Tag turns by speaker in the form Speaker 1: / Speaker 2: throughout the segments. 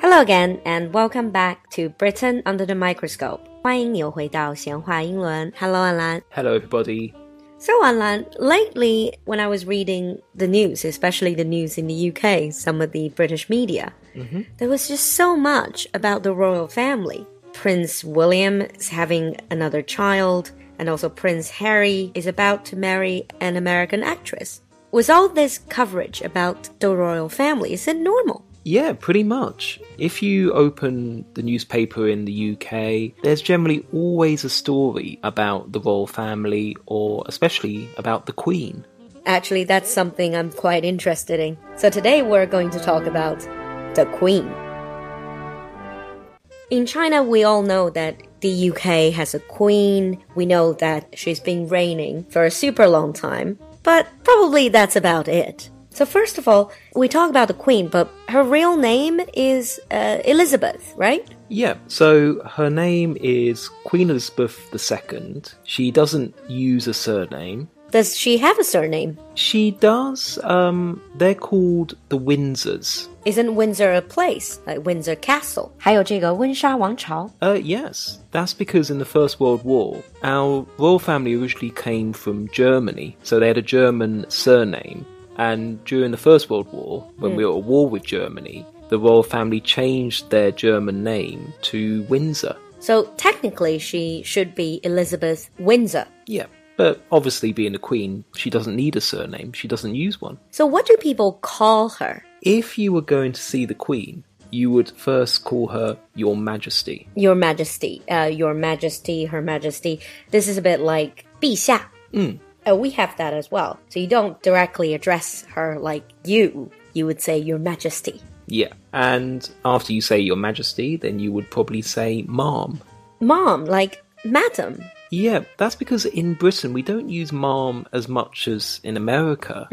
Speaker 1: Hello again and welcome back to Britain under the microscope. 欢迎又回到闲话英伦。Hello, Alan.
Speaker 2: Hello, everybody.
Speaker 1: So, Alan, lately when I was reading the news, especially the news in the UK, some of the British media, there was just so much about the royal family. Prince William is having another child, and also Prince Harry is about to marry an American actress. Was all this coverage about the royal family, is it normal?
Speaker 2: Yeah, pretty much. If you open the newspaper in the UK, there's generally always a story about the royal family or especially about the Queen.
Speaker 1: Actually, that's something I'm quite interested in. So today we're going to talk about the Queen. In China, we all know that the UK has a Queen. We know that she's been reigning for a super long time, but probably that's about it. So, first of all, we talk about the Queen, but her real name is uh, Elizabeth, right?
Speaker 2: Yeah, so her name is Queen Elizabeth II. She doesn't use a surname.
Speaker 1: Does she have a surname?
Speaker 2: She does, um, they're called the Windsors.
Speaker 1: Isn't Windsor a place, like Windsor Castle? 还有这个温莎王朝。
Speaker 2: Uh, yes, that's because in the First World War, our royal family originally came from Germany, so they had a German surname. And during the First World War, when we were at war with Germany, the royal family changed their German name to Windsor.
Speaker 1: So, technically, she should be Elizabeth Windsor.
Speaker 2: Yeah, but obviously, being a queen, she doesn't need a surname, she doesn't use one.
Speaker 1: So, what do people call her?
Speaker 2: If you were going to see the queen, you would first call her Your Majesty.
Speaker 1: Your Majesty, uh, Your Majesty, Her Majesty. This is a bit like 陛下. Uh, we have that as well. So you don't directly address her like you. You would say Your Majesty.
Speaker 2: Yeah. And after you say Your Majesty, then you would probably say Ma'am.
Speaker 1: Mom, like Madam.
Speaker 2: Yeah, that's because in Britain we don't use Ma'am as much as in America.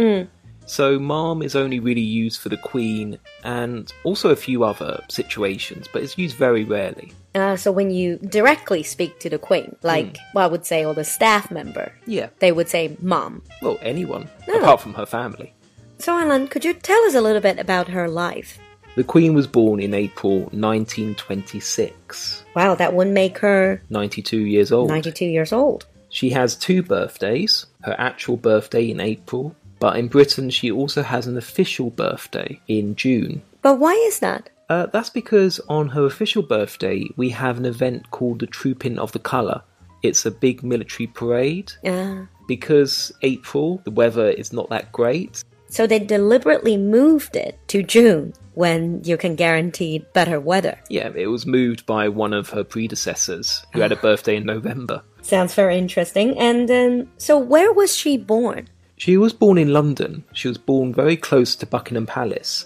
Speaker 2: So Ma'am is only really used for the Queen and also a few other situations, but it's used very rarely.
Speaker 1: Uh, so when you directly speak to the Queen, like well, I would say, or the staff member,
Speaker 2: Yeah.
Speaker 1: they would say Mom.
Speaker 2: Well, anyone,
Speaker 1: No.
Speaker 2: apart from her family.
Speaker 1: So, Alan, could you tell us a little bit about her life?
Speaker 2: The Queen was born in April 1926,
Speaker 1: Wow, that would make her
Speaker 2: 92 years old.
Speaker 1: 92 years old.
Speaker 2: She has two birthdays her actual birthday in April, but in Britain she also has an official birthday in June.
Speaker 1: But why is that?
Speaker 2: Uh, that's because on her official birthday we have an event called the Trooping of the Colour. It's a big military parade.
Speaker 1: Uh,
Speaker 2: Because April, the weather is not that great.
Speaker 1: so they deliberately moved it to June when you can guarantee better weather.
Speaker 2: Yeah, it was moved by one of her predecessors who had a birthday in November.
Speaker 1: Sounds very interesting. And um, so, where was she born?
Speaker 2: She was born in London. She was born very close to Buckingham Palace.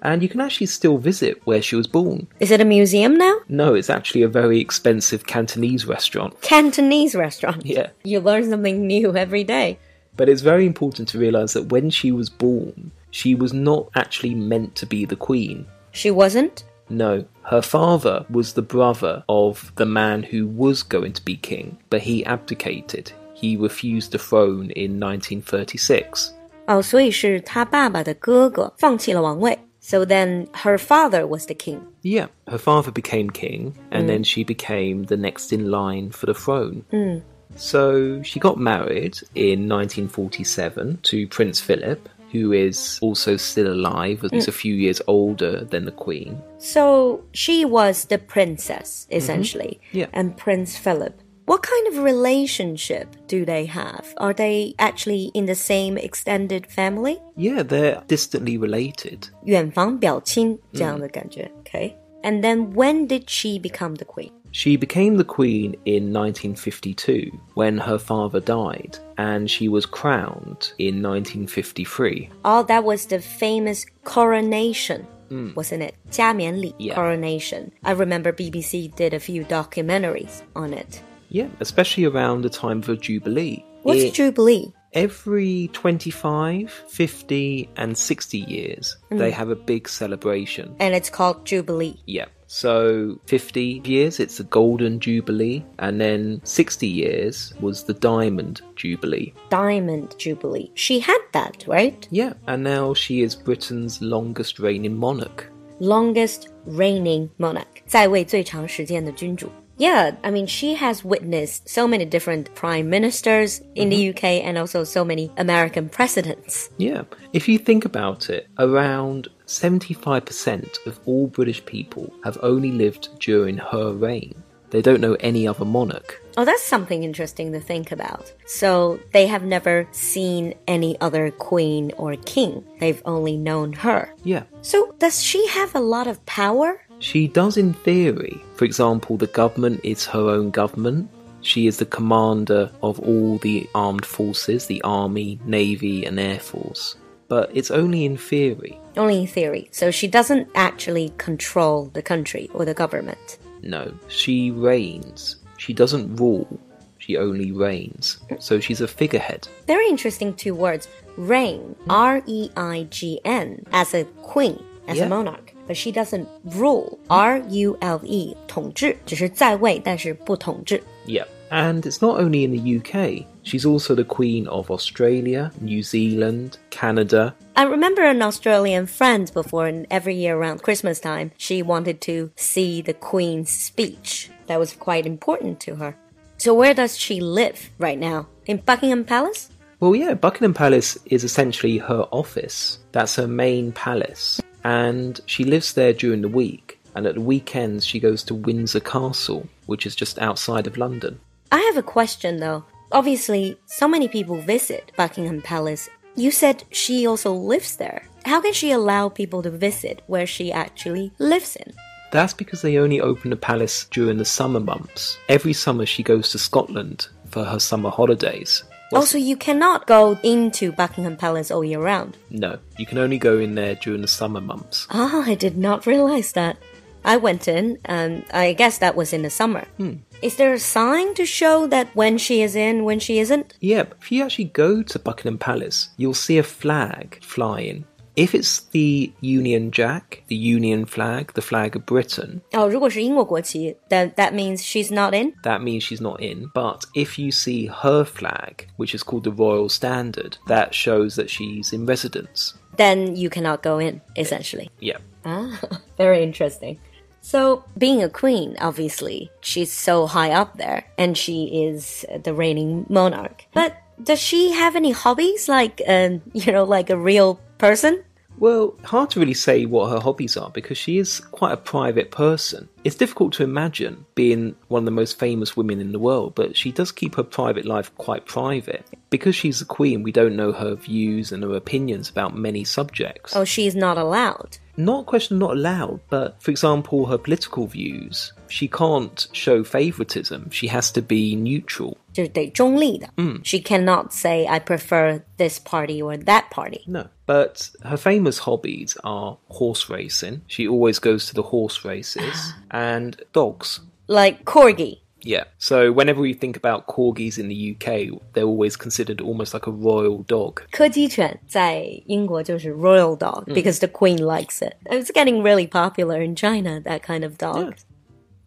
Speaker 2: And you can actually still visit where she was born.
Speaker 1: Is it a museum now?
Speaker 2: No, it's actually a very expensive Cantonese restaurant.
Speaker 1: Cantonese restaurant.
Speaker 2: Yeah.
Speaker 1: You learn something new every day.
Speaker 2: But it's very important to realise that when she was born, she was not actually meant to be the queen.
Speaker 1: She wasn't?
Speaker 2: No, her father was the brother of the man who was going to be king, but he abdicated. He refused the throne in 1936.
Speaker 1: Oh, 哦，所以是他爸爸的哥哥放弃了王位。So then her father was the king.
Speaker 2: Yeah, her father became king, and then she became the next in line for the throne. So she got married in 1947 to Prince Philip, who is also still alive, but he's a few years older than the Queen.
Speaker 1: So she was the princess essentially,
Speaker 2: Mm-hmm. Yeah.
Speaker 1: and Prince Philip. What kind of relationship do they have? Are they actually in the same extended family?
Speaker 2: Yeah, they're distantly related.
Speaker 1: 远房表亲这样的感觉。Okay.
Speaker 2: Mm.
Speaker 1: And then when did she become the queen?
Speaker 2: She became the Queen in 1952 when her father died, and she was crowned in 1953.
Speaker 1: Oh, that was the famous coronation. Wasn't it? 加冕礼
Speaker 2: Mm. Yeah.
Speaker 1: coronation. I remember BBC did a few documentaries on it.
Speaker 2: Yeah, especially around the time of her Jubilee.
Speaker 1: What's
Speaker 2: It-
Speaker 1: Jubilee?
Speaker 2: every 25, 50, and 60 years, they have a big celebration.
Speaker 1: And it's called Jubilee.
Speaker 2: Yeah. So 50 years, it's the Golden Jubilee, and then 60 years was the Diamond Jubilee.
Speaker 1: Diamond Jubilee. She had that, right?
Speaker 2: Yeah. And now she is Britain's longest reigning monarch.
Speaker 1: longest reigning monarch, 在位最长时间的君主. Yeah, I mean, she has witnessed so many different prime ministers in the UK and also so many American presidents.
Speaker 2: Yeah. If you think about it, around 75% of all British people have only lived during her reign. They don't know any other monarch.
Speaker 1: Oh, that's something interesting to think about. So they have never seen any other queen or king, they've only known her.
Speaker 2: Yeah.
Speaker 1: So, does she have a lot of power?
Speaker 2: She does in theory. For example, the government is her own government. She is the commander of all the armed forces, the army, navy, and air force. But it's only in theory.
Speaker 1: Only in theory. So she doesn't actually control the country or the government.
Speaker 2: No, she reigns. She doesn't rule. She only reigns. So she's a figurehead.
Speaker 1: Very interesting two words reign, R E I G N, as a queen, as
Speaker 2: Yeah.
Speaker 1: a monarch. But she doesn't rule, R U L E, 统治,只是在位,但是不统治.
Speaker 2: Yeah. And it's not only in the UK. She's also the queen of Australia, New Zealand, Canada.
Speaker 1: I remember an Australian friend before, and every year around Christmas time, she wanted to see the Queen's speech. That was quite important to her. So, where does she live right now? In Buckingham Palace?
Speaker 2: Well, yeah, Buckingham Palace is essentially her office. That's her main palace. And she lives there during the week. And at the weekends, she goes to Windsor Castle, which is just outside of London.
Speaker 1: I have a question though. Obviously, so many people visit Buckingham Palace. You said she also lives there. How can she allow people to visit where she actually lives in?
Speaker 2: That's because they only open the palace during the summer months. Every summer, she goes to Scotland for her summer holidays. What's-
Speaker 1: Also, you cannot go into Buckingham Palace all year round.
Speaker 2: No, you can only go in there during the summer months.
Speaker 1: Ah, I did not realize that. I went in, and I guess that was in the summer. Is there a sign to show that when she is in, when she isn't?
Speaker 2: Yeah, but if you actually go to Buckingham Palace, you'll see a flag flying. If it's the Union Jack, the Union flag, the flag of Britain,
Speaker 1: Oh, 如果是英国国旗, then that means she's not in?
Speaker 2: that means she's not in. But if you see her flag, which is called the Royal Standard, that shows that she's in residence.
Speaker 1: Then you cannot go in, essentially.
Speaker 2: Yeah.
Speaker 1: Ah, very interesting. So, being a queen, obviously, she's so high up there, and she is uh, the reigning monarch. But does she have any hobbies, like, um, you know, like a real person?
Speaker 2: Well, hard to really say what her hobbies are because she is quite a private person. It's difficult to imagine being one of the most famous women in the world, but she does keep her private life quite private. Because she's a queen, we don't know her views and her opinions about many subjects.
Speaker 1: Oh, she is not allowed.
Speaker 2: Not a question of not allowed, but for example, her political views. She can't show favouritism, she has to be neutral.
Speaker 1: 就是得中立的。She cannot say I prefer this party or that party.
Speaker 2: No. But her famous hobbies are horse racing. She always goes to the horse races and dogs.
Speaker 1: Like corgi.
Speaker 2: Yeah. So whenever we think about corgis in the UK, they're always considered almost like a royal dog.
Speaker 1: 柯基犬在英国就是 royal dog because the queen likes it. It's getting really popular in China, that kind of dog.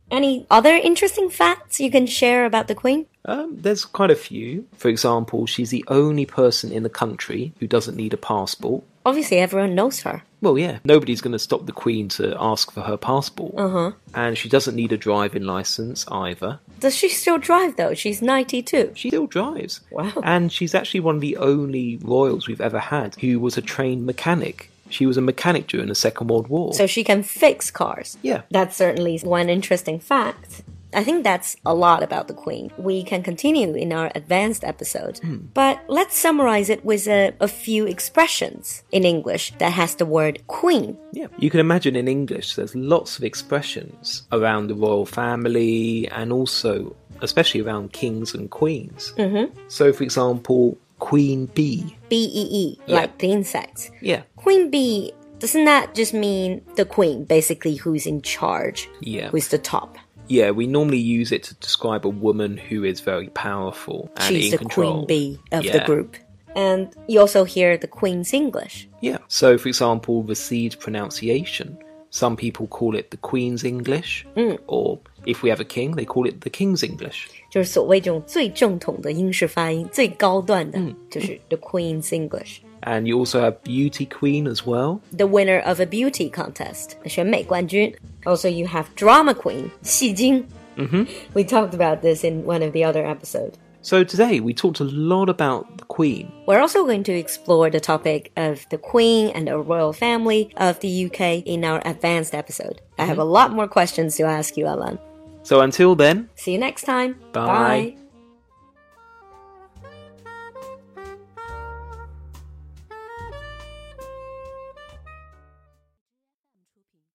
Speaker 1: Any other interesting facts you can share about the queen?
Speaker 2: Um, there's quite a few. For example, she's the only person in the country who doesn't need a passport.
Speaker 1: Obviously, everyone knows her.
Speaker 2: Well, yeah, nobody's going to stop the Queen to ask for her passport. Uh-huh. And she doesn't need a driving license either.
Speaker 1: Does she still drive though? She's 92.
Speaker 2: She still drives.
Speaker 1: Wow.
Speaker 2: And she's actually one of the only royals we've ever had who was a trained mechanic. She was a mechanic during the Second World War.
Speaker 1: So she can fix cars.
Speaker 2: yeah.
Speaker 1: That's certainly one interesting fact. I think that's a lot about the Queen. We can continue in our advanced episode, but let's summarize it with a, a few expressions in English that has the word Queen.
Speaker 2: Yeah, you can imagine in English there's lots of expressions around the royal family and also, especially around kings and queens. Mm-hmm. So, for example, Queen Bee.
Speaker 1: B E E,
Speaker 2: Yeah.
Speaker 1: like the insects.
Speaker 2: Yeah,
Speaker 1: Queen Bee, doesn't that just mean the Queen, basically who's in charge,
Speaker 2: yeah,
Speaker 1: who's the top?
Speaker 2: yeah. We normally use it to describe a woman who is very powerful and
Speaker 1: She's
Speaker 2: in
Speaker 1: the
Speaker 2: control.
Speaker 1: Queen Bee of the
Speaker 2: Yeah.
Speaker 1: group. And you also hear the Queen's English.
Speaker 2: Yeah. So, for example, received pronunciation. Some people call it the Queen's English,
Speaker 1: Mm.
Speaker 2: or if we have a king, they call it the King's English.
Speaker 1: 就是所谓这种最正统的英式发音，最高段的，就是 the Queen's English。
Speaker 2: and you also have Beauty Queen as well.
Speaker 1: the winner of a beauty contest, 选美冠军. Also, you have drama queen, 戏精.
Speaker 2: Mm-hmm.
Speaker 1: We talked about this in one of the other episodes.
Speaker 2: So today we talked a lot about the Queen.
Speaker 1: We're also going to explore the topic of the Queen and the royal family of the UK in our advanced episode. I have a lot more questions to ask you, Alan.
Speaker 2: So until then,
Speaker 1: See you next time.
Speaker 2: Bye.